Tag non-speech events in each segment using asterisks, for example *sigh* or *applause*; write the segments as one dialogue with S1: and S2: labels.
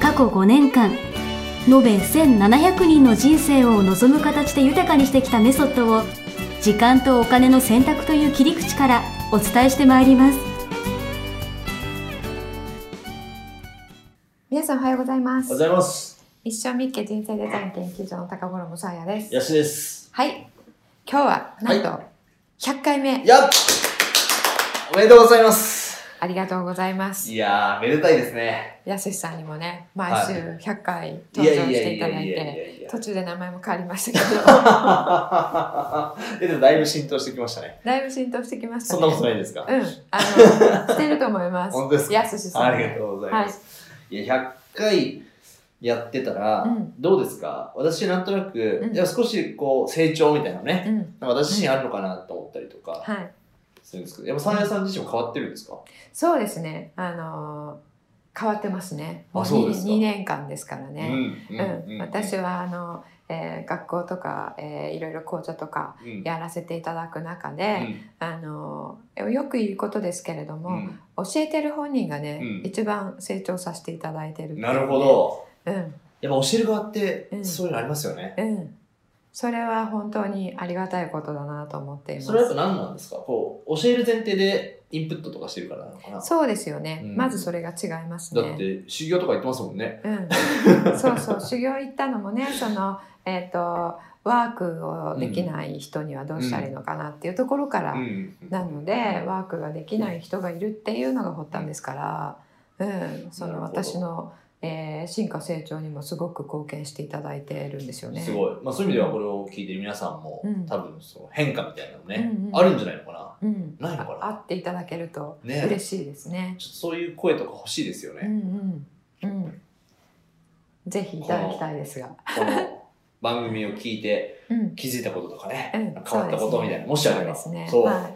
S1: 過去5年間延べ1700人の人生を望む形で豊かにしてきたメソッドを時間とお金の選択という切り口からお伝えしてまいります
S2: 皆さんおはようございま
S3: おはようご
S2: す。
S3: ざいます。
S2: 一生みっけ人生デザイン研究所の高頃もさあやです。
S3: ヤシです。
S2: はい。今日はなん
S3: は
S2: と100回目。
S3: やっおめでとうございます。
S2: ありがとうございます。
S3: いやー、めでたいですね。
S2: やすしさんにもね、毎週
S3: は
S2: 100回
S3: い
S2: 登
S3: や
S2: 場
S3: いや
S2: し
S3: いや
S2: てい
S3: い
S2: た
S3: や
S2: だい
S3: いや
S2: て、
S3: いや。 *laughs*
S2: 途中で名前も変わりましたけど、
S3: え、でもだいぶ浸透してきましたね。
S2: だいぶ浸透してきました
S3: そ
S2: ね。
S3: んなことないですか
S2: うん。あの、
S3: *laughs*
S2: してると思います。
S3: 本当ですか
S2: やすしさん。
S3: ありがとうございます。いや、100回やってたら
S2: うん、
S3: どうですか私なんとなく
S2: う、ん
S3: いや少しこう、成長みたいなのね、
S2: うん。
S3: なんか私自身あるのかなと思ったりとか
S2: はい。
S3: するんですけど、やっぱサーヤさん自身も変わってるんですか
S2: そうですね。あのー変わってますね。も
S3: あそうですか
S2: 2, 年間ですからね。
S3: ん
S2: うん、私はあの、えー学校とか、えーいろいろ講座とか
S3: うん
S2: やらせていただく中
S3: う
S2: で、
S3: ん
S2: あのよく言うことですけれど
S3: う
S2: も、
S3: ん
S2: 教えてる本人がね、
S3: うん
S2: 一番成長させていただいてるっていうね
S3: なるほ、ど。
S2: うん
S3: やっぱ教える側って
S2: うん
S3: そういうのありますよね。
S2: うん、それは本当にありがたいことだなと思っています
S3: それはやっぱ何なんですかこう教える前提でインプットとかしてるからなのかな
S2: そうですよね、
S3: うん
S2: まずそれが違いますね
S3: だって修行とか言ってますもんね。
S2: うん、そうそう修行行ったのも
S3: *laughs*
S2: ねその、えー、とワークをできない人にはどうしたらいいのかなっていうところから、
S3: うん
S2: なのでワークができない人がいるっていうのが発端ですから、うん、そ
S3: な
S2: の
S3: るほど
S2: 私の、えー進化成長にもすごく貢献していただいてるんですよね。
S3: すごい、まあ、そういう意味ではこれを聞いてる皆さんも、
S2: うん
S3: 多分その変化みたいなのね、
S2: うんうん
S3: あるんじゃないのか
S2: うん、
S3: ないのかな
S2: あ会っていただけると
S3: な。ね
S2: 嬉しいですね。
S3: ちょっとそういう声とか欲しいですよ
S2: う
S3: ね。
S2: んうんうん、ぜひいただきたいですが。
S3: この番組を聞いて
S2: うん
S3: 気づいたこととかね、
S2: うん
S3: 変わったことみたいな、もしあれば
S2: そうですね。
S3: そう
S2: はい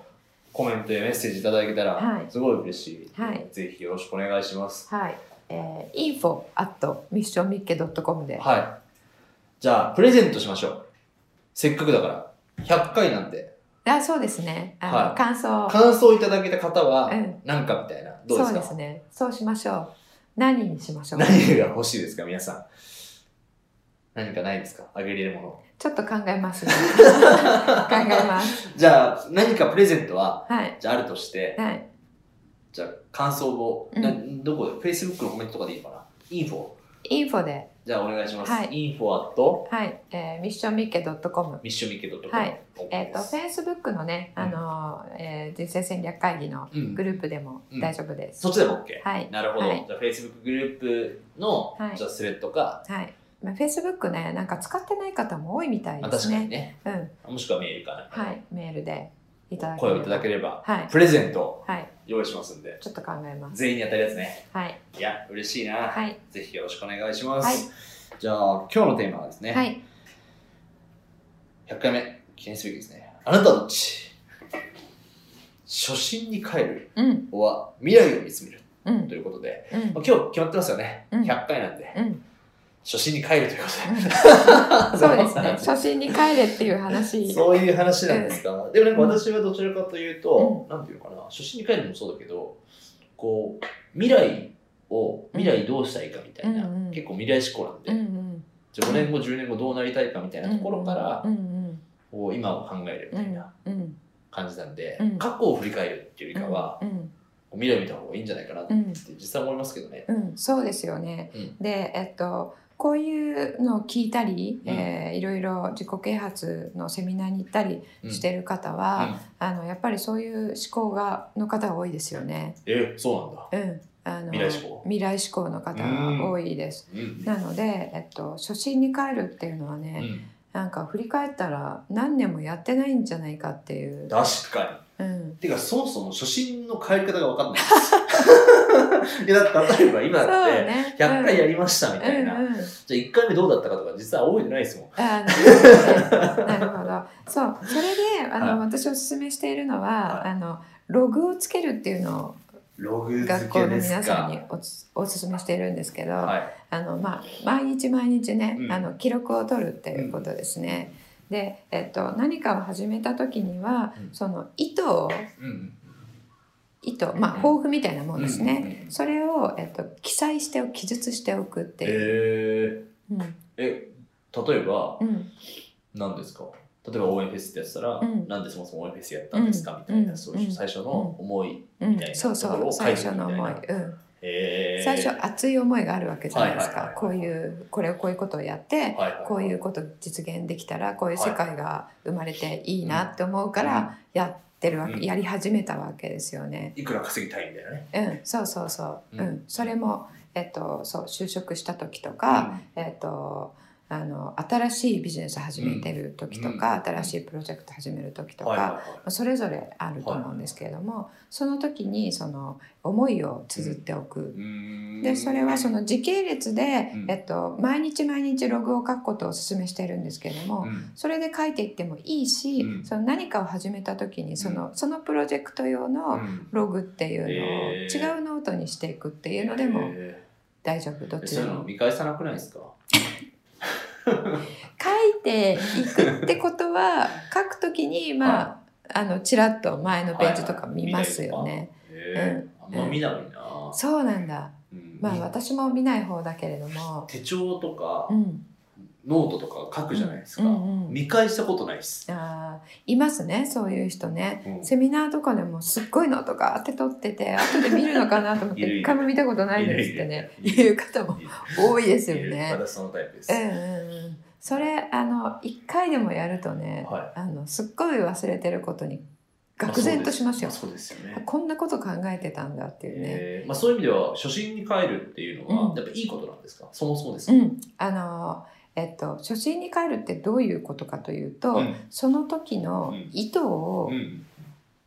S3: コメントやメッセージいただけたら、
S2: はい
S3: すごい嬉しい、
S2: はい
S3: ぜひよろしくお願いします。
S2: はい。えー、info at missionmikke.com で。
S3: はい。じゃあ、プレゼントしましょう。せっかくだから。100回なんで。
S2: あ、そうですね。あの、
S3: はい
S2: 感想。
S3: 感想いただけた方は
S2: うん、
S3: なんかみたいな。どうです
S2: そ
S3: か
S2: うですね。そうしましょう。何にしましょう。
S3: 何が欲しいですか、皆さん。何かないですかあげれるもの。
S2: ちょっと考えます、
S3: *laughs*
S2: ね。考えます。
S3: じゃあ、何かプレゼントは、
S2: はい。
S3: じゃああるとして、
S2: はい。
S3: じゃあ、感想を、
S2: うん
S3: などこで ?Facebook のコメントとかでいいのかなインフォ。
S2: info で。
S3: じゃあ、お願いします。
S2: はい
S3: インフォアット、
S2: はい。えー、missionmikke.com。
S3: ミッションミッケドット
S2: はい。えっ、と、
S3: フェ
S2: Facebook のね、あのー、えー人生戦略会議の
S3: うん
S2: グループでも大丈夫です。
S3: そっちでも OK。
S2: はい。
S3: なるほど。
S2: はい
S3: じゃあ、Facebook グループの、
S2: はい
S3: じゃあ、スレッドか、
S2: はい。まあ、Facebook ね、なんか使ってない方も多いみたい
S3: まあ、
S2: です
S3: 確かに
S2: ね。
S3: ね。
S2: うん。
S3: もしくはメールかなんか
S2: は
S3: ね、
S2: い。メールでいただけ
S3: 声
S2: れば
S3: をいただければ、
S2: はい。
S3: プレゼントを
S2: はい。
S3: 用意しますんで、
S2: ちょっと考えます。
S3: 全員に当たるやつね。
S2: はい。
S3: いや、嬉しいな。
S2: はい。
S3: ぜひよろしくお願いします。
S2: はい
S3: じゃあ、今日のテーマはですね、
S2: はい。
S3: 100回目、記念すべきですね。あなたはどっち初心に帰る
S2: うん。
S3: は未来を見つめる
S2: うん
S3: と。いうことで、
S2: うん
S3: ま。あ、今日決まってますよね。
S2: うん
S3: 100回なんで、
S2: うん。
S3: 初心に帰るというこ
S2: うんそうですね。 *laughs* 初心に帰れっていう
S3: とで。
S2: 話。
S3: そういう話なんですか。でもなんか私はどちらかというと、
S2: う
S3: なんていうのかな、初心に帰るのもそうだけど、こう、未来を、未来どうしたいかみたいな、
S2: うんうん
S3: 結構未来志向なんで、
S2: うんうん。
S3: じゃあ5年後、10年後どうなりたいかみたいなところから、
S2: うんうん。
S3: こう今を考えるみ
S2: う
S3: たい
S2: ん
S3: な
S2: うん。
S3: 感じなんで、
S2: うん
S3: 過去を振り返るっていうよりかは、
S2: うん。
S3: こう未来を見た方がいいんじゃないかなって
S2: うん。
S3: 実際思いますけどね。
S2: うん。そうですよね
S3: うん。
S2: で、えっと。こういうのを聞いたり、
S3: うん
S2: えーいろいろ自己啓発のセミナーに行ったり
S3: うん
S2: してる方は、あのやっぱりそういう思考がの方が多いですよね。
S3: え、そうなんだ。
S2: うん、あの
S3: 未来志向
S2: 未来志向の方が多いです。
S3: うん。
S2: なので、えっと、初心に帰るっていうのは
S3: う
S2: ね、
S3: ん
S2: なんか振り返ったら何年もやってないんじゃないかっていう、
S3: 確かに。
S2: うん、
S3: てか、そもそも初心の帰り方が分かんない。
S2: *laughs*
S3: いや、だって例えば今
S2: そう
S3: だって、
S2: ね。
S3: 100回やりましたみたいな。
S2: うんうんうん
S3: じゃあ1回目どうだったかとか実は覚えてないですもん。
S2: あーなるほどねなる
S3: *laughs*
S2: ほど。そう、それで、あの、
S3: はい
S2: 私おすすめしているのは、
S3: はい
S2: あの、ログをつけるっていうのを
S3: ログ付
S2: 学校
S3: け
S2: の
S3: ですか。
S2: 皆さんにおつおすすめしているんですけど、
S3: はい。
S2: あのまあ、毎日毎日ね、
S3: うん
S2: あの記録を取るっていうことですね。で、えっと、何かを始めた時には、
S3: うん
S2: その糸を
S3: うん。
S2: 糸、まあ、
S3: うん
S2: 抱負みたいなもんですね。
S3: ね。
S2: それを、えっと、記載しておく記述しておくって
S3: え
S2: いう。
S3: ー、
S2: うん
S3: え、例えば、
S2: うん
S3: 何ですか例えば応援フェスってやってたら、
S2: うん
S3: なんでそもそも応援フェスやったんですかみたいな、
S2: うん
S3: そういう最初の思い。
S2: う
S3: みたい
S2: ん、
S3: な
S2: そう
S3: ところ
S2: そ
S3: を
S2: う
S3: 書
S2: 最
S3: いて
S2: 初
S3: みたいな
S2: の思い、うん、
S3: えー、
S2: 最初熱い思いがあるわけじゃないですか、
S3: はいはいはい
S2: こういうこれをこういうことをやって
S3: はいはい、
S2: こういうこと実現できたらこういう世界が生まれていいなって思うか
S3: うん
S2: らやってるわけ、
S3: うん
S2: やり始めたわけですよね。
S3: いくら稼ぎたいみたいなね。
S2: うん、そうそうそう、うん
S3: うん
S2: それも、えっと、そう就職した時とか、えっとあの新しいビジネス始めてる時とか、
S3: うん
S2: 新しいプロジェクト始める時
S3: う
S2: と
S3: ん
S2: か、
S3: はいはいはい
S2: それぞれあると思うんですけれども、その時にその思いを綴っておく、
S3: うーん
S2: でそれはその時系列で、
S3: うん
S2: えっと、毎日毎日ログを書くことをお勧めしているんですけれども、
S3: うん
S2: それで書いていってもいいし、
S3: うん
S2: その何かを始めた時にその,、そのプロジェクト用の
S3: ん
S2: ログっていうのを違うノートにしていくっていうのでも
S3: え
S2: 大丈夫どっ
S3: ー
S2: ち
S3: そう
S2: で
S3: いうの
S2: も。
S3: 見返さなくないですか
S2: 書いていくってこと
S3: *laughs*
S2: は書く時にまああのちらっと前のページとか見ますよね。
S3: えーあんま見ないな、
S2: そうなんだ。
S3: うん
S2: まあ私も見ない方だけれども。
S3: 手帳とか、
S2: うん。
S3: ノートとか書くじゃないですか、
S2: うんうん
S3: 見返したことないです、
S2: あーいますねそういう人ね。
S3: うん
S2: セミナーとかでもすっごいのとかって撮ってて後で見るのかなと思っ
S3: いるい
S2: て
S3: る
S2: 一回も見たことないですってね
S3: いるいる
S2: 言う方も多いですよ
S3: いや
S2: ね。
S3: 私そのタイプです、
S2: うんうんうん。それあの一回でもやるとね、
S3: は
S2: あのすっごい忘れてることに愕然としますよ
S3: あ。そうですよね
S2: こんなこと考えてたんだっていうね。
S3: えーまあ、そういう意味では初心に帰るっていうのは、
S2: うん
S3: やっぱいいことなんですかそもそもですか、
S2: うん、あのえっと初心に帰るってどういうことかというと、
S3: うん
S2: その時の意図を
S3: うん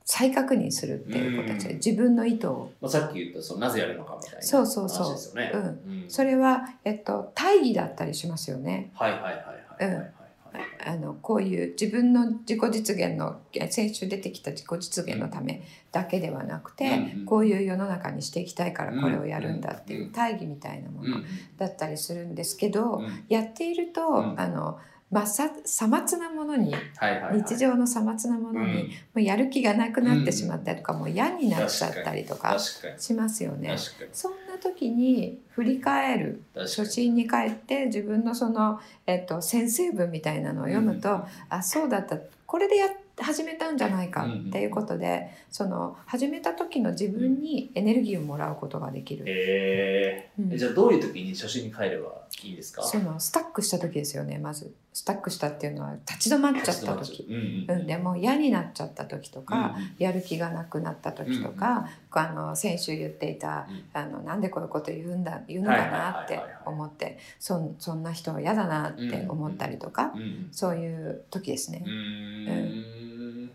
S2: 再確認するっていう形で、
S3: うん
S2: 自分の意図を、
S3: まあ、さっき言ったそのなぜやるのかみたいな
S2: そうそうそう
S3: 話ですよね、
S2: うん
S3: ん
S2: それは、えっと、大義だったりしますよね。
S3: はいはいはいはいはいはいはい、
S2: あのこういう自分の自己実現のえ先週出てきた自己実現のためだけではなくて、
S3: うんうん
S2: こういう世の中にしていきたいからこれをやるんだって
S3: うん
S2: いううん大義みたいなものだったりするんですけど、
S3: うんうん
S2: やっていると、
S3: うん
S2: あのまささまつなものに
S3: はいはいはい、
S2: 日常のさまつなものに、
S3: うん
S2: もうやる気がなくなってしまったりとか、もう嫌になっちゃったりとか
S3: 確かに
S2: しますよね。
S3: 確かに
S2: そんな時に振り返る
S3: 確かに
S2: 初心に帰って自分のその、えっと先生文みたいなのを読むと、あそうだったこれでやっ始めたんじゃないか
S3: うんうん
S2: っていうことで、その始めた時の自分にエネルギーをもらうことができる、
S3: え
S2: うん
S3: ー、じゃあどういう時に初心に帰ればいいですか
S2: そのスタックした時ですよねまずスタックしたっていうのは立ち止まっちゃった
S3: 立ち
S2: 時、
S3: 止ま
S2: う
S3: っちゃううん
S2: ん、でもう嫌になっちゃった時とか、
S3: うん
S2: やる気がなくなった時と
S3: うん
S2: か、あの先週言っていた、あのなんでこういうこと言うんだ言うのかなっ
S3: は
S2: て
S3: いはいはいはい
S2: 思ってそんそんな人は嫌だなって思ったりとか、
S3: うんうん
S2: そういう時ですね、
S3: うーん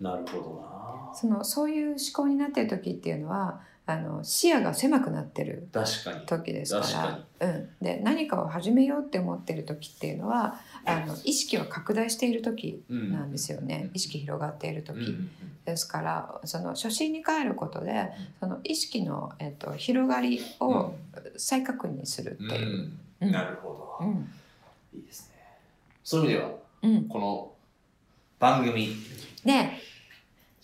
S3: なるほどな
S2: そのそういう思考になってる時っていうのはあの視野が狭くなってる
S3: 確かに
S2: 時ですから
S3: 確か
S2: うん、で何かを始めようって思ってる時っていうのはあの意識を拡大している時
S3: にうん
S2: なんですよね、
S3: うん
S2: 意識広がっている
S3: うん
S2: 時。
S3: うん
S2: ですからその初心に帰ることで
S3: ん
S2: その意識の、えっと広がり
S3: うん
S2: を再確認するって
S3: うん
S2: いう。
S3: う
S2: うんん
S3: なるほ
S2: う
S3: ど
S2: ん
S3: いいですねそういう意味では
S2: うん、
S3: この番組
S2: ね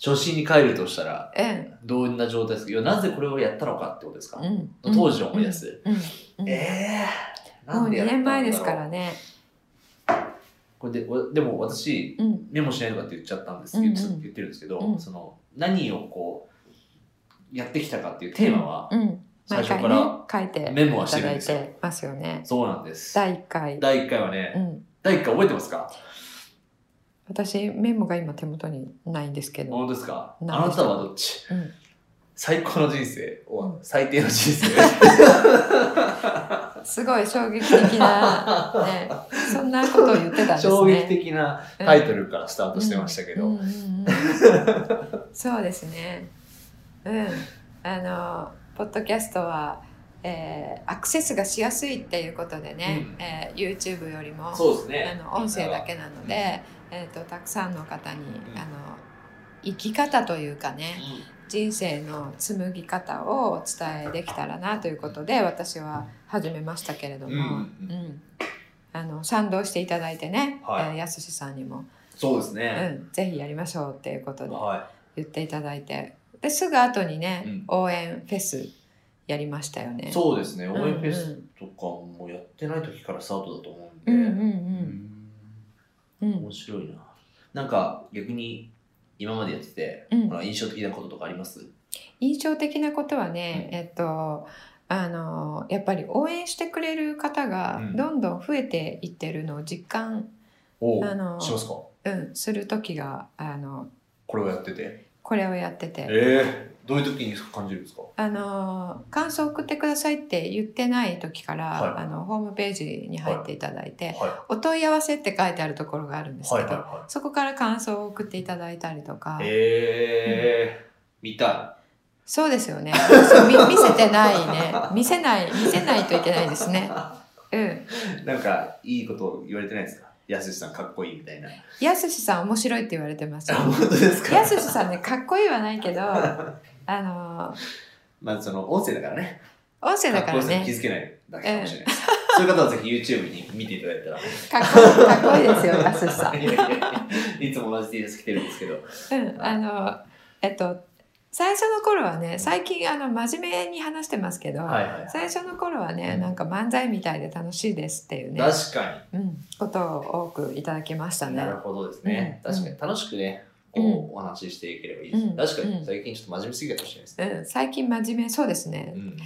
S3: 初心に帰るとしたら
S2: え
S3: どんな状態ですかいやなぜこれをやったのかってことですか
S2: うんうん、
S3: 当時を思い出す
S2: うん、うんうん
S3: ええ
S2: もう2年前ですから
S3: ね
S2: ね、
S3: これでわでも私
S2: うん
S3: メモしないとかって言っちゃったんです
S2: うんう
S3: 言
S2: ん
S3: っちゃ言ってるんですけど、
S2: うん
S3: その何をこうやってきたかっていうテーマは
S2: うん、
S3: 最
S2: 毎
S3: 初
S2: 回
S3: か
S2: ね
S3: ら
S2: 書いて
S3: メモはいして
S2: た
S3: る
S2: だ
S3: んで
S2: い
S3: すよ
S2: てますよね
S3: そうなんです
S2: 第1回、
S3: 第1回はね、
S2: うん、
S3: 第1回覚えてますか
S2: 私メモが今手元にないんですけど、
S3: 本当ですかあ
S2: 何
S3: な
S2: でした
S3: たはどっち
S2: うん、
S3: 最高の人生、お
S2: う
S3: 最低の人
S2: *laughs*
S3: 生
S2: すごい衝撃的な、ね、そんなことを言ってたんですね
S3: *laughs* 衝撃的なタイトルからスタートしてましたけど、
S2: うんうんうんそうですねうんあのポッドキャストは、えーアクセスがしやすいっていうことでね、
S3: うん
S2: えー YouTube よりも
S3: そうです
S2: あ
S3: ね。
S2: の音声だけなので、えー、とたくさんの方に、あの生き方というかね人生の紡ぎ方をお伝えできたらなということで私は始めましたけれども、
S3: うんうん
S2: うんあの賛同していただいてね、
S3: はい
S2: えーやすしさんにも、
S3: そうです
S2: う
S3: ね。
S2: ん、ぜひやりましょうっていうことで
S3: は
S2: 言っていただいてですぐ後にね、
S3: うん
S2: 応援フェスやりましたよね。
S3: い。そうですね。応
S2: ん
S3: 援フェスとかもやってない時からスタートだと思うんで。
S2: うんう
S3: うんん
S2: うんうん
S3: 面白いな。なんか逆に今までやってて、
S2: うん
S3: ほら印象的なこととかあります？
S2: 印象的なことはね、
S3: うん
S2: えっとあのやっぱり応援してくれる方が
S3: うん
S2: どんどん増えていってるのを実感、
S3: お
S2: あの
S3: しますか。
S2: うん、する時があの
S3: これをやってて。
S2: これをやってて。
S3: ええどういう時に感じるんですか？
S2: あの感想送ってくださいって言ってない時から、
S3: はい
S2: あのホームページに入っていただいて、
S3: は
S2: お問い合わせって書いてあるところがあるん
S3: い。
S2: です
S3: は
S2: け
S3: い
S2: ど、
S3: はいは
S2: そこから感想を送っていただいたりとか
S3: い。、ええ見た
S2: そうですよね。そう見 *laughs* 見せてないね。見せない、見せないといけないですね。うん。
S3: い。なんかいいこと言われてないですか？やすしさんかっこいいみたいな。
S2: やすしさん面白いって言われてます。
S3: あ本当ですか？
S2: やすしさんね、かっこいいはない
S3: *laughs*
S2: けど、あの
S3: まあその音声だからね。
S2: 音声だか
S3: 格好
S2: ら
S3: さに気
S2: ね、
S3: づけないだけかもしれないです。そういう方はぜひ YouTube に見ていただいたら。
S2: かっこいい、かっこいいですよ、
S3: *laughs*
S2: やすしさ
S3: いやいやいやいつも同じ T シャツ着てるんですけど。
S2: ん。うん。あの、えっと、最初の頃はね、最近あの真面目に話してますけど、
S3: はいはいはい
S2: 最初の頃はね、なんか漫才みたいで楽しいですっていうね、
S3: 確か
S2: うん、ことを多くいただきました
S3: に。
S2: ね
S3: な。るほどですね。
S2: うん
S3: 確かに楽しくね、こ
S2: う
S3: うお話ししていければいいです。
S2: うん
S3: 確か
S2: うん
S3: に最近ちょっと真面目すぎたかもしれないです
S2: う
S3: ね。
S2: ん、最近真面目そうですね
S3: う。ん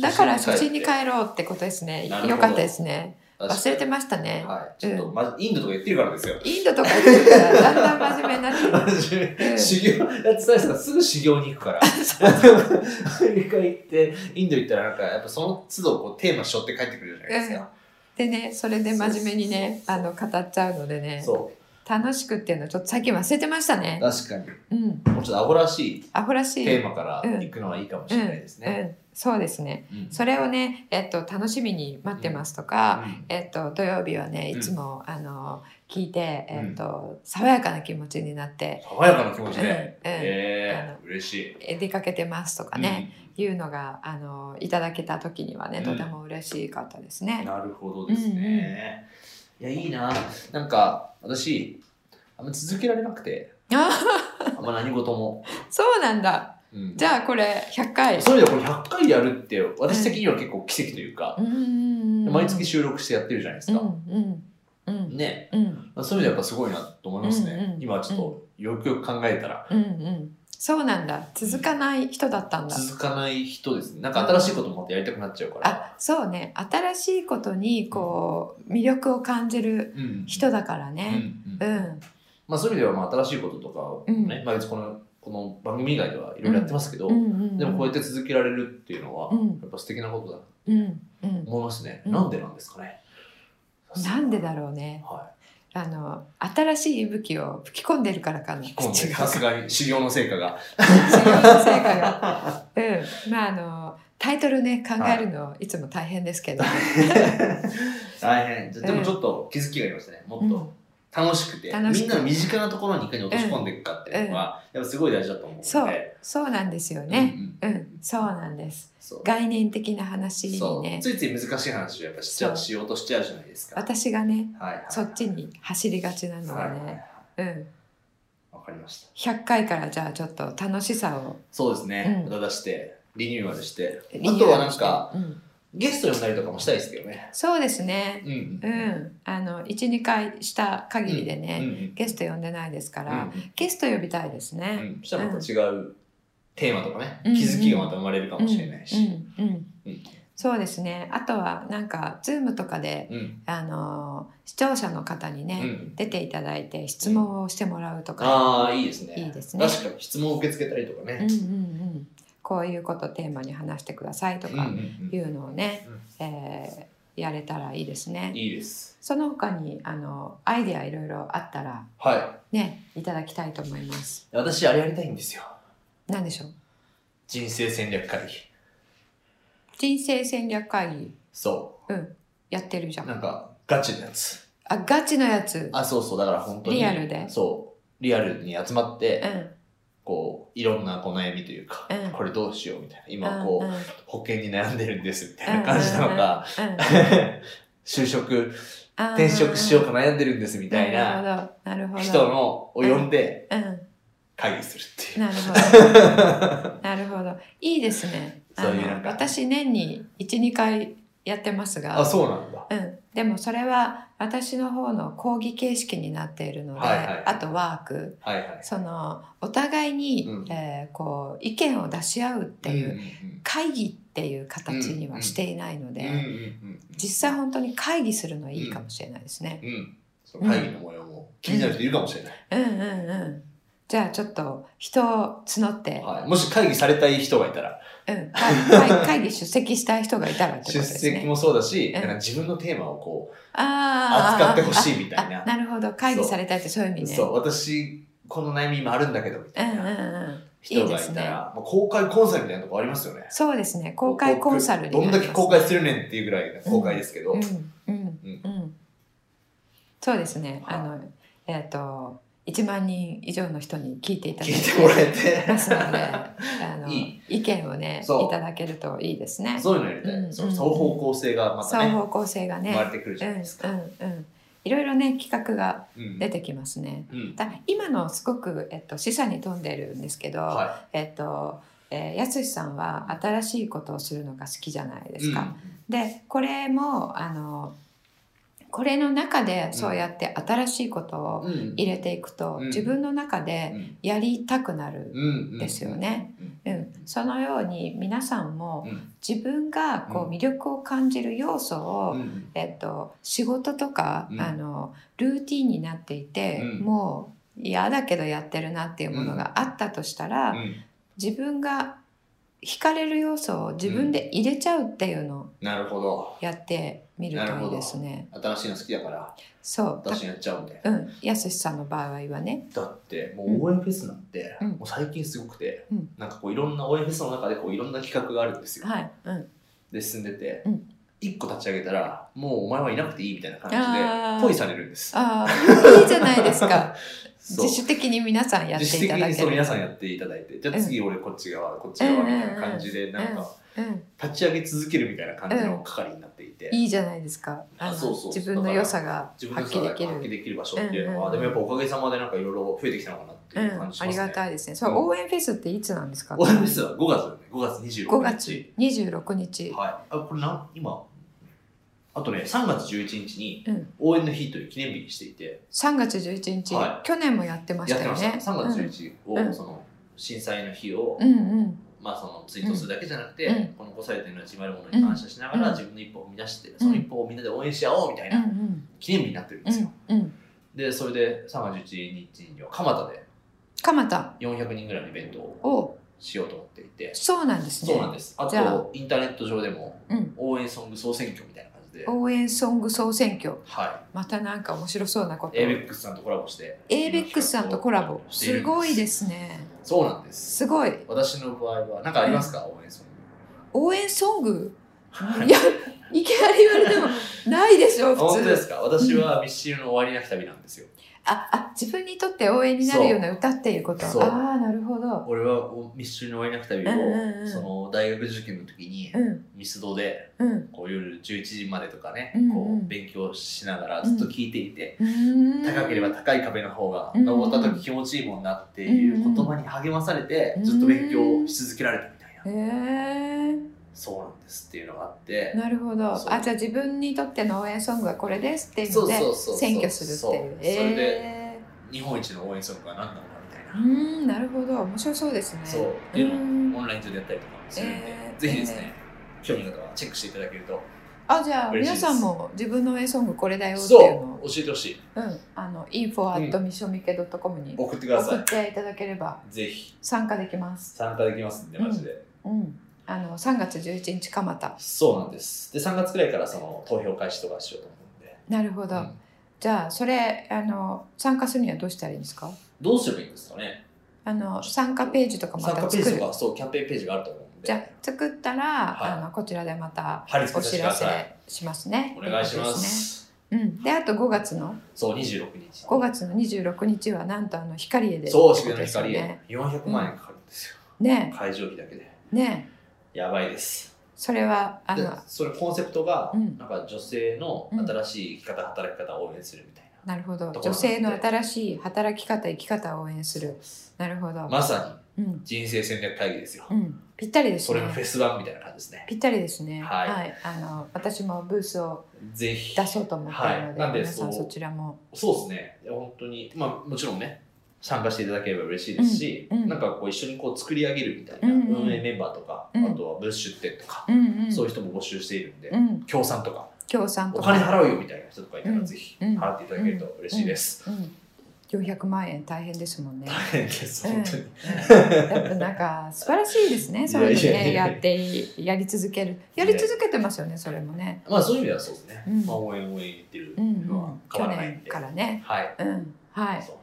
S2: だから初心に帰ろうってことですね。
S3: なるほど
S2: よかったですね。忘れて
S3: ま
S2: ましたね。
S3: はい。ちょっと、ま、インドとか言ってるからですよ。
S2: インドとか行ってたらだんだん真面目になってくる。
S3: 真面 *laughs*
S2: うん
S3: 目修行やってた人がすぐ修行に行くから *laughs* アメリカ行ってインド行ったらなんかやっぱその都度こうテーマ背負って帰ってくるじゃないですか、
S2: で
S3: *laughs*
S2: ね、それで真面目にね、あの、語っちゃうのでね、
S3: そ
S2: 楽しくっていうのちょっと最近忘れてました
S3: う
S2: ね。
S3: 確かに
S2: うん、
S3: もうちょっとアホらしい
S2: アホらしい。
S3: テーマから行くのはいいかもしれないです
S2: う
S3: ね。
S2: ん、そうですね。
S3: うん
S2: それをね、えっと、楽しみに待ってますとか、
S3: うん
S2: えっと、土曜日はね
S3: うん
S2: いつも、あの聞いて、
S3: うん
S2: えっと、爽やかな気持ちになって、
S3: 爽やかな気持ちで、
S2: うんうん
S3: ええ嬉しい。
S2: え出かけてますとかね、いうのがあのいただけた時にはね
S3: うん
S2: とても嬉しかったです
S3: うん
S2: ね。
S3: なるほどですね。いやいいな。なんか私あんま続けられなくて、
S2: *laughs* あ
S3: あんま何事も。
S2: そうなんだ
S3: うん
S2: *laughs* じゃあこれ100回。
S3: そういう意味ではこれ100回やるって私的には結構奇跡というか、毎
S2: 毎
S3: 月収録してやってるじゃないです
S2: うん
S3: か。
S2: うんうん
S3: ね、
S2: うん
S3: そういう意味ではやっぱすごいなと思いますね。
S2: うんうん
S3: 今はちょっとよくよく考えたら
S2: うんうんそうなんだ続かない人だったんだ。
S3: 続かない人ですね。なんか新しいこともまたやりたくなっちゃうから。
S2: あそうね新しいことにこう魅力を感じる
S3: うん
S2: 人だからね。
S3: うん
S2: う
S3: うん
S2: ん
S3: まあ、そういう意味ではまあ新しいこととかをね、
S2: う
S3: まあ、別にこのこの番組以外ではいろいろやってますけど、
S2: うんうん
S3: でもこうやって続けられるっていうのは、
S2: うん
S3: やっぱ素敵なことだなと
S2: うんうん
S3: 思いますね、
S2: うん
S3: なんでなんですかね
S2: なんでだろうね。
S3: は
S2: あの新しい息吹を吹き込んでるからかな。
S3: い今度
S2: 違う
S3: さすがに修行の成果
S2: *laughs*
S3: が
S2: 違う正解が。 *laughs* うん。まああのタイトルね考えるのいつも大変ですけど、
S3: 大変でで
S2: うん
S3: もちょっと気づきがありましたねもっ
S2: うん
S3: と楽しくて、
S2: 楽しく
S3: みんなの身近なところにいかに落とし込んでいくかっていうのは、やっぱすごい大事だと思うので
S2: そうそうなんですよ
S3: う
S2: ね。
S3: んうん
S2: うん、そうなんです。
S3: そう
S2: 概念的な話に
S3: そう
S2: ね、
S3: ついつい難しい話をやっぱしちゃ
S2: そう
S3: うしようとしちゃうじゃないですか、
S2: 私がね
S3: はいはい、
S2: そっちに走りがちなの
S3: はい
S2: で
S3: はい
S2: ね
S3: は。
S2: うん。
S3: いわかりました
S2: 100回からじゃあちょっと楽しさを
S3: そうですね、
S2: うん
S3: 無駄出してリニューアルして
S2: リニューア
S3: あ
S2: ルして
S3: とはなんか、
S2: うん、
S3: ゲスト呼んだりとかもしたいですけどね
S2: そうですね。
S3: うん
S2: う
S3: うん
S2: ん。あの1、2回した限りでね、
S3: うん
S2: ゲスト呼んでないですか
S3: う
S2: ら、
S3: ん
S2: ゲスト呼びたいです
S3: う
S2: ね。
S3: んそしたらまた違うテーマとかね、
S2: うん
S3: 気づきがまた生まれるかもしれないし、
S2: うんうんう
S3: うんん、
S2: そうですねあとはなんか Zoom とかで、
S3: うん
S2: あのー視聴者の方にね、
S3: うん
S2: 出ていただいて質問をしてもらうとか、
S3: ああいいですね
S2: いいですね
S3: 確かに質問を受け付けたりとか
S2: うんう
S3: ね、
S2: んうん、こういうことテーマに話してくださいと
S3: うんうん
S2: か
S3: う
S2: い
S3: ん
S2: うのをね、えーやれたらいいですね。
S3: いいです
S2: その他にあのアイデアいろいろあったら
S3: は
S2: ねいただきたいと思います。
S3: い私あれやりたいんですよ
S2: なんでしょう
S3: 人生戦略会議
S2: 人生戦略会議
S3: そ
S2: やってるじゃ
S3: う。
S2: ん。
S3: なんか、ガチのやつ。
S2: あ、ガチのやつ。
S3: あ、そうそう。だから本当に。
S2: リアルで
S3: そう。リアルに集まっ
S2: う
S3: て、
S2: ん。
S3: こう、いろんなお悩みというか、
S2: うん
S3: これどうしようみたい
S2: う
S3: な。今、
S2: ん
S3: こう、
S2: うん
S3: 保険に悩んでるんですみたいな感じなのか、
S2: うん
S3: 就職、
S2: あー
S3: 転職しようか悩んでるんですみたいな
S2: なるほど。なるほ
S3: 人
S2: ど。
S3: のを呼んで
S2: うん。
S3: 会議するっていう。
S2: なるほど。なるほど。いいですね。あ
S3: そういうなん
S2: の、
S3: か
S2: 私年に1、2回やってますが。
S3: あ、そうなんだ。
S2: うん、でもそれは私の方の講義形式になっているので、
S3: はいはい
S2: あとワーク
S3: はいはい。
S2: そのお互いに、
S3: うん
S2: えーこう意見を出し合うっていう、
S3: ん
S2: 会議っていう形にはしていないので、
S3: うんうんうんうんうん
S2: 実際本当に会議するのいいかもしれないですね。
S3: うん。その会議の模様も気になる人いるかもしれない。
S2: うんうんうんじゃあちょっと人を募って、
S3: はい、もし会議されたい人がいたら、
S2: うん、会会 *laughs* 会議出席したい人がいたらってこと
S3: 出
S2: です
S3: 席
S2: ね。
S3: もそうだし、
S2: ん
S3: なんか自分のテーマをこう、
S2: あー
S3: 扱ってほしいみたい
S2: あな
S3: な。
S2: るほど会議されたいってそういう意味ね。
S3: そう、私、この悩み今あるんだけど、み
S2: う
S3: た
S2: んう
S3: い
S2: ん
S3: な
S2: うん
S3: 人がい
S2: いい
S3: た
S2: ですね
S3: ら、もう公開コンサルみたいなとこありますよね。
S2: そうですね。公開コンサルに
S3: どん
S2: なり
S3: だ
S2: ます
S3: け公開するねんっていうぐらいの公開ですけど、
S2: うんうん
S3: うん
S2: うん。そうですね。
S3: はい
S2: あのえっ、と1万人以上の人に聞いていただ
S3: 聞いてもらえ
S2: てますの
S3: *laughs*
S2: で、
S3: て。
S2: あの
S3: い
S2: 意見をね
S3: そう
S2: いただけるといいですね。
S3: そういうのやりたい。
S2: うん
S3: その双方向性がまた
S2: 双
S3: ね、
S2: 方向性が
S3: 生ま
S2: ね。
S3: れてくる
S2: う
S3: じ
S2: ん
S3: ゃ
S2: う
S3: なんいですか。
S2: うん。いろいろね企画が
S3: うん
S2: 出てきますね。
S3: うん
S2: だ今のすごく、えっと、示唆に富んでるんですけど、
S3: は
S2: えっとえーやすしさんは新しいことをするのが好きじゃないで
S3: い。
S2: すか。でこれもあのこれの中でそうやって新しいことを
S3: うんうん
S2: 入れていくと、
S3: うん
S2: 自分の中で
S3: うん
S2: やりたくなる、
S3: うん
S2: ですよね。うんそのように皆さんも
S3: うん
S2: 自分がこ
S3: う
S2: うん魅力を感じる要素を、
S3: うんうん
S2: えっと、仕事とか、
S3: うん
S2: あのルーティンになっていて、
S3: うん
S2: もう嫌だけどやってるなっていうものがあったとしたら、
S3: うん
S2: 自分が惹かれる要素を自分で入れちゃうっていうの、
S3: なるほど。
S2: やってみるといいですね。
S3: 新しいの好きだから、
S2: そう。
S3: 私やっちゃうんで。
S2: たうん。やすしさんの場合はね。
S3: だって、もう応援フェスなんて、
S2: うん
S3: もう最近すごくて、
S2: うん
S3: なんかこういろんな応援フェスの中でこういろんな企画があるんですよ。
S2: はい。うん。
S3: で、進んでて、
S2: うん
S3: 一個立ち上げたら、もうお前はいなくていいみたいな感じ
S2: あー
S3: で、ポイされるんです。
S2: あ
S3: *laughs*
S2: あ、いいじゃないですか。
S3: そう
S2: 自主的に皆さんやっ
S3: 自主
S2: てい
S3: 的
S2: ただ
S3: に
S2: け
S3: そう
S2: る。
S3: 皆さんやっていただいて、じゃあ次俺こっち側、こっち側みたいな感じで、なんか
S2: うん。
S3: 立ち上げ続けるみたいな感じの係になっていて、
S2: いいじゃないですか。あの
S3: そうそう
S2: 自分の良さが
S3: 自分の
S2: 発揮
S3: 力
S2: で
S3: が
S2: き
S3: 発揮
S2: る。
S3: できる場所っていうのは、
S2: うんうんうん
S3: でもやっぱおかげさまでなんかいろいろ増えてきたのかなって
S2: う
S3: いうん感。じし
S2: あ
S3: ます
S2: り
S3: ね。
S2: がたいですね。そう、応援フェスっていつなんですか
S3: オールフェスは5月だよね、5月26日。
S2: 5月26日。
S3: はい。あ、これなん、今、あとね、3月11日に
S2: うん。
S3: 応援の日という記念日にしていて、
S2: 3月11日
S3: は。
S2: 去年もやってまし
S3: やったて
S2: よ
S3: ました。
S2: ね。
S3: 3月11日を、
S2: うん
S3: その、震災の日を、
S2: うんうん。
S3: まあその、ツイートするだけじゃなくて、
S2: うん
S3: この5歳というのは自まるものに感謝しながら、
S2: うん
S3: 自分の一歩を生み出して、その一歩をみんなで応援し合おうみたい
S2: うんう
S3: な、
S2: ん。
S3: 記念日になってるん
S2: う
S3: ですよ。
S2: んうん。
S3: で、それで3月11日には蒲田で
S2: 蒲田
S3: 400人ぐらいのイベントを
S2: を、
S3: しようと思っていて、
S2: そうなんですね。
S3: そうなんです。あ
S2: じゃあ
S3: と、インターネット上でも
S2: うん、
S3: 応援ソング総選挙みたいな感じで、
S2: 応援ソング総選挙
S3: は
S2: またなんか面白そうなこと
S3: い。ABEX さんとコラボして。
S2: ABEX さんとコラボ
S3: している
S2: す
S3: ん
S2: ごいで。すね
S3: そうなんです。
S2: すごい
S3: 私の場合は、なんかありますか応援ソン
S2: 応援ソング
S3: グ。
S2: いやいきなり言われてもないでしょ
S3: あ本
S2: 普
S3: 当で
S2: 通
S3: すか私はミッシルの終わりなき旅なんですよ。
S2: ああ自分にとって応援になるような歌っていうこと
S3: そう
S2: ああなるほど
S3: 俺はミッシルの終わりなき旅を、
S2: うんうんうん
S3: その大学受験の時に、
S2: うん
S3: ミスドで
S2: うん
S3: こう夜11時までとかね、
S2: うんうん
S3: こう勉強しながらずっと聞いていて、
S2: うーん
S3: 高ければ高い壁の方が
S2: うん
S3: 登った時気持ちいいもんなっていう言葉に励まされて、ずっと勉強し続けられたみたいな、
S2: へえ
S3: そうなんですっていうのがあって、
S2: なるほど
S3: そう
S2: あじゃあ自分にとっての応援ソングはこれですっていう
S3: そ
S2: の
S3: う
S2: で
S3: そうそうそう
S2: 選挙するっていう
S3: そうそれで
S2: え
S3: 日本一の応援ソングは何なのかみたい
S2: ーう
S3: な、
S2: ーんなるほど面白そうですね
S3: そうっていう
S2: ー
S3: の
S2: ん
S3: をオンライン上でやったりとかもするんで、
S2: えー
S3: ぜひですね、興味の方はチェックしていただけると
S2: あじゃあ
S3: 嬉し
S2: 皆
S3: いです
S2: さんも自分の応援ソングこれだよっていう
S3: そ
S2: の
S3: う
S2: を、
S3: 教えてほしい
S2: うん、あの info at missionmike.com に
S3: 送ってくだ
S2: 送
S3: さ
S2: っていただければ
S3: いぜひ
S2: 参加できます、
S3: 参加できますんでマジで、
S2: うん、あの3月11日蒲田
S3: そうなんですで3月くらいからその投票開始とかしようと思うんで、
S2: なるほど、
S3: うん
S2: じゃあそれあの参加するにはどうしたらいいんですか
S3: どうすればいいんですかね
S2: あの参加ページとかま
S3: 参
S2: た
S3: 加
S2: 作
S3: ページ
S2: る
S3: とかそうキャンペーンページがあると思うんんで。
S2: じゃあ作ったら、
S3: はい
S2: あのこちらでまた
S3: 貼り付
S2: お
S3: けさ
S2: 知
S3: せてくだ
S2: らせ
S3: さい。
S2: しますね。
S3: お願いしま
S2: とうことですね。
S3: す。
S2: うん、であと5月の
S3: そう、26日。
S2: 5月の26日はなんとあの光栄で
S3: そう、
S2: ってこ
S3: 渋
S2: と
S3: 谷の
S2: ですよ
S3: 光
S2: ね。
S3: 400万円かかるんですよ。
S2: ね
S3: 会場費だけで。
S2: えねえ
S3: やばいです。
S2: それはあ
S3: で
S2: の、
S3: それコンセプトが、
S2: うん
S3: なんか女性の新しい生き方、働き方を応援するみたい
S2: なるほど
S3: ところ
S2: 女性の新しい働き方生き方を応援するなるほど、
S3: な。まさ
S2: うん
S3: に人生戦略会議ですよ。
S2: うん、ぴったりです
S3: それのフェ
S2: ね
S3: ス版みたいな感じですね。
S2: ぴったりですね
S3: はい
S2: あの私もブースを
S3: ぜひ。
S2: 出そうと思っているので,、
S3: はいなんで
S2: 皆さん
S3: そう
S2: そちらも
S3: そうですね。いや本当に、まあもちろんね、参加していただければ嬉しいですし、
S2: うんうん
S3: なんかこう一緒にこう作り上げるみたいな
S2: うんうん
S3: 運営メンバーとか、
S2: うん
S3: あとはブース出店とか、
S2: うんうん
S3: そういう人も募集しているんで、
S2: うん
S3: 協賛とか、
S2: 協賛
S3: お
S2: と
S3: 金
S2: か、
S3: 払うよみたいな人とかいた
S2: う
S3: ら、
S2: ん
S3: ぜひ
S2: うん
S3: 払っていただけると嬉しいです。
S2: うん、400万円大変ですもんね
S3: 大変です、本当に。
S2: やっぱなんか素晴らしいですね。それで
S3: いやいや
S2: ね
S3: いや
S2: やっていやり続けるやり続けてますよねそれもね。
S3: まあそういう意味ではそうですね。
S2: うん
S3: まあ応援応援っていう
S2: うんうん
S3: のは変
S2: 去
S3: わらないん
S2: 年
S3: で。
S2: からね。
S3: はい。
S2: うんはい。
S3: そう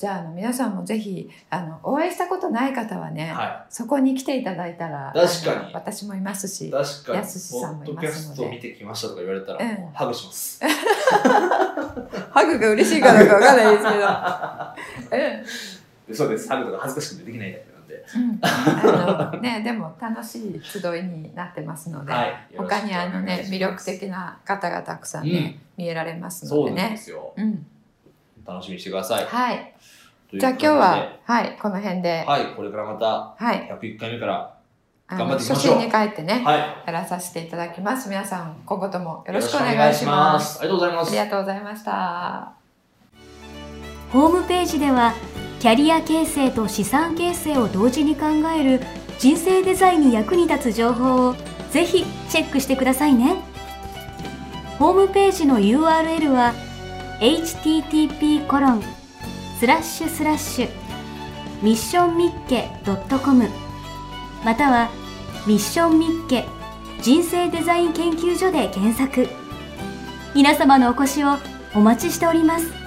S2: じゃああの皆さんもぜひあのお会いしたことない方はね、
S3: は
S2: そこに来ていただいたら
S3: 確か
S2: あの
S3: に
S2: 私もいます
S3: い。
S2: し。
S3: 確かに、
S2: やすしさんもい
S3: ポッド
S2: ま
S3: キャ
S2: すの
S3: ス
S2: で
S3: ト見てきましたとか言われたら、
S2: うん
S3: もうハグします。
S2: ハグが嬉しいかどうかわからないですけど。うん
S3: そうです、ハグとか恥ずかしくてできないタイ
S2: *laughs* う
S3: プなんで。
S2: ん、あのねでも楽しい集いになってますので、
S3: はい。よろしく
S2: 他にあの
S3: お願い
S2: ね
S3: し
S2: 魅
S3: ま
S2: 力
S3: す
S2: 的な方がたくさんね、見えられます
S3: そ
S2: の
S3: う
S2: で
S3: なんで
S2: ね。
S3: すよ。
S2: うん、
S3: 楽しみにしてください。
S2: はい、
S3: という
S2: じゃあ
S3: 感
S2: 今
S3: で
S2: 日は、はい、この辺で、は
S3: はい、これからまた
S2: い、
S3: 101回目から、
S2: あ
S3: 頑
S2: の
S3: 張っていきま
S2: 初
S3: しょう
S2: 心に帰ってね、
S3: は
S2: やらさせていただきます。皆さん、今後とも
S3: い、
S2: よろしくお願いします。
S3: よろしくお願いします。ありがとうございま
S2: あ
S3: す
S2: り。がとうございました。
S1: ホームページではキャリア形成と資産形成を同時に考える人生デザインに役に立つ情報をぜひチェックしてくださいねホームページの URL は http コロンスラッシュスラッシュミッションミッケ .com またはミッションミッケ人生デザイン研究所で検索皆様のお越しをお待ちしております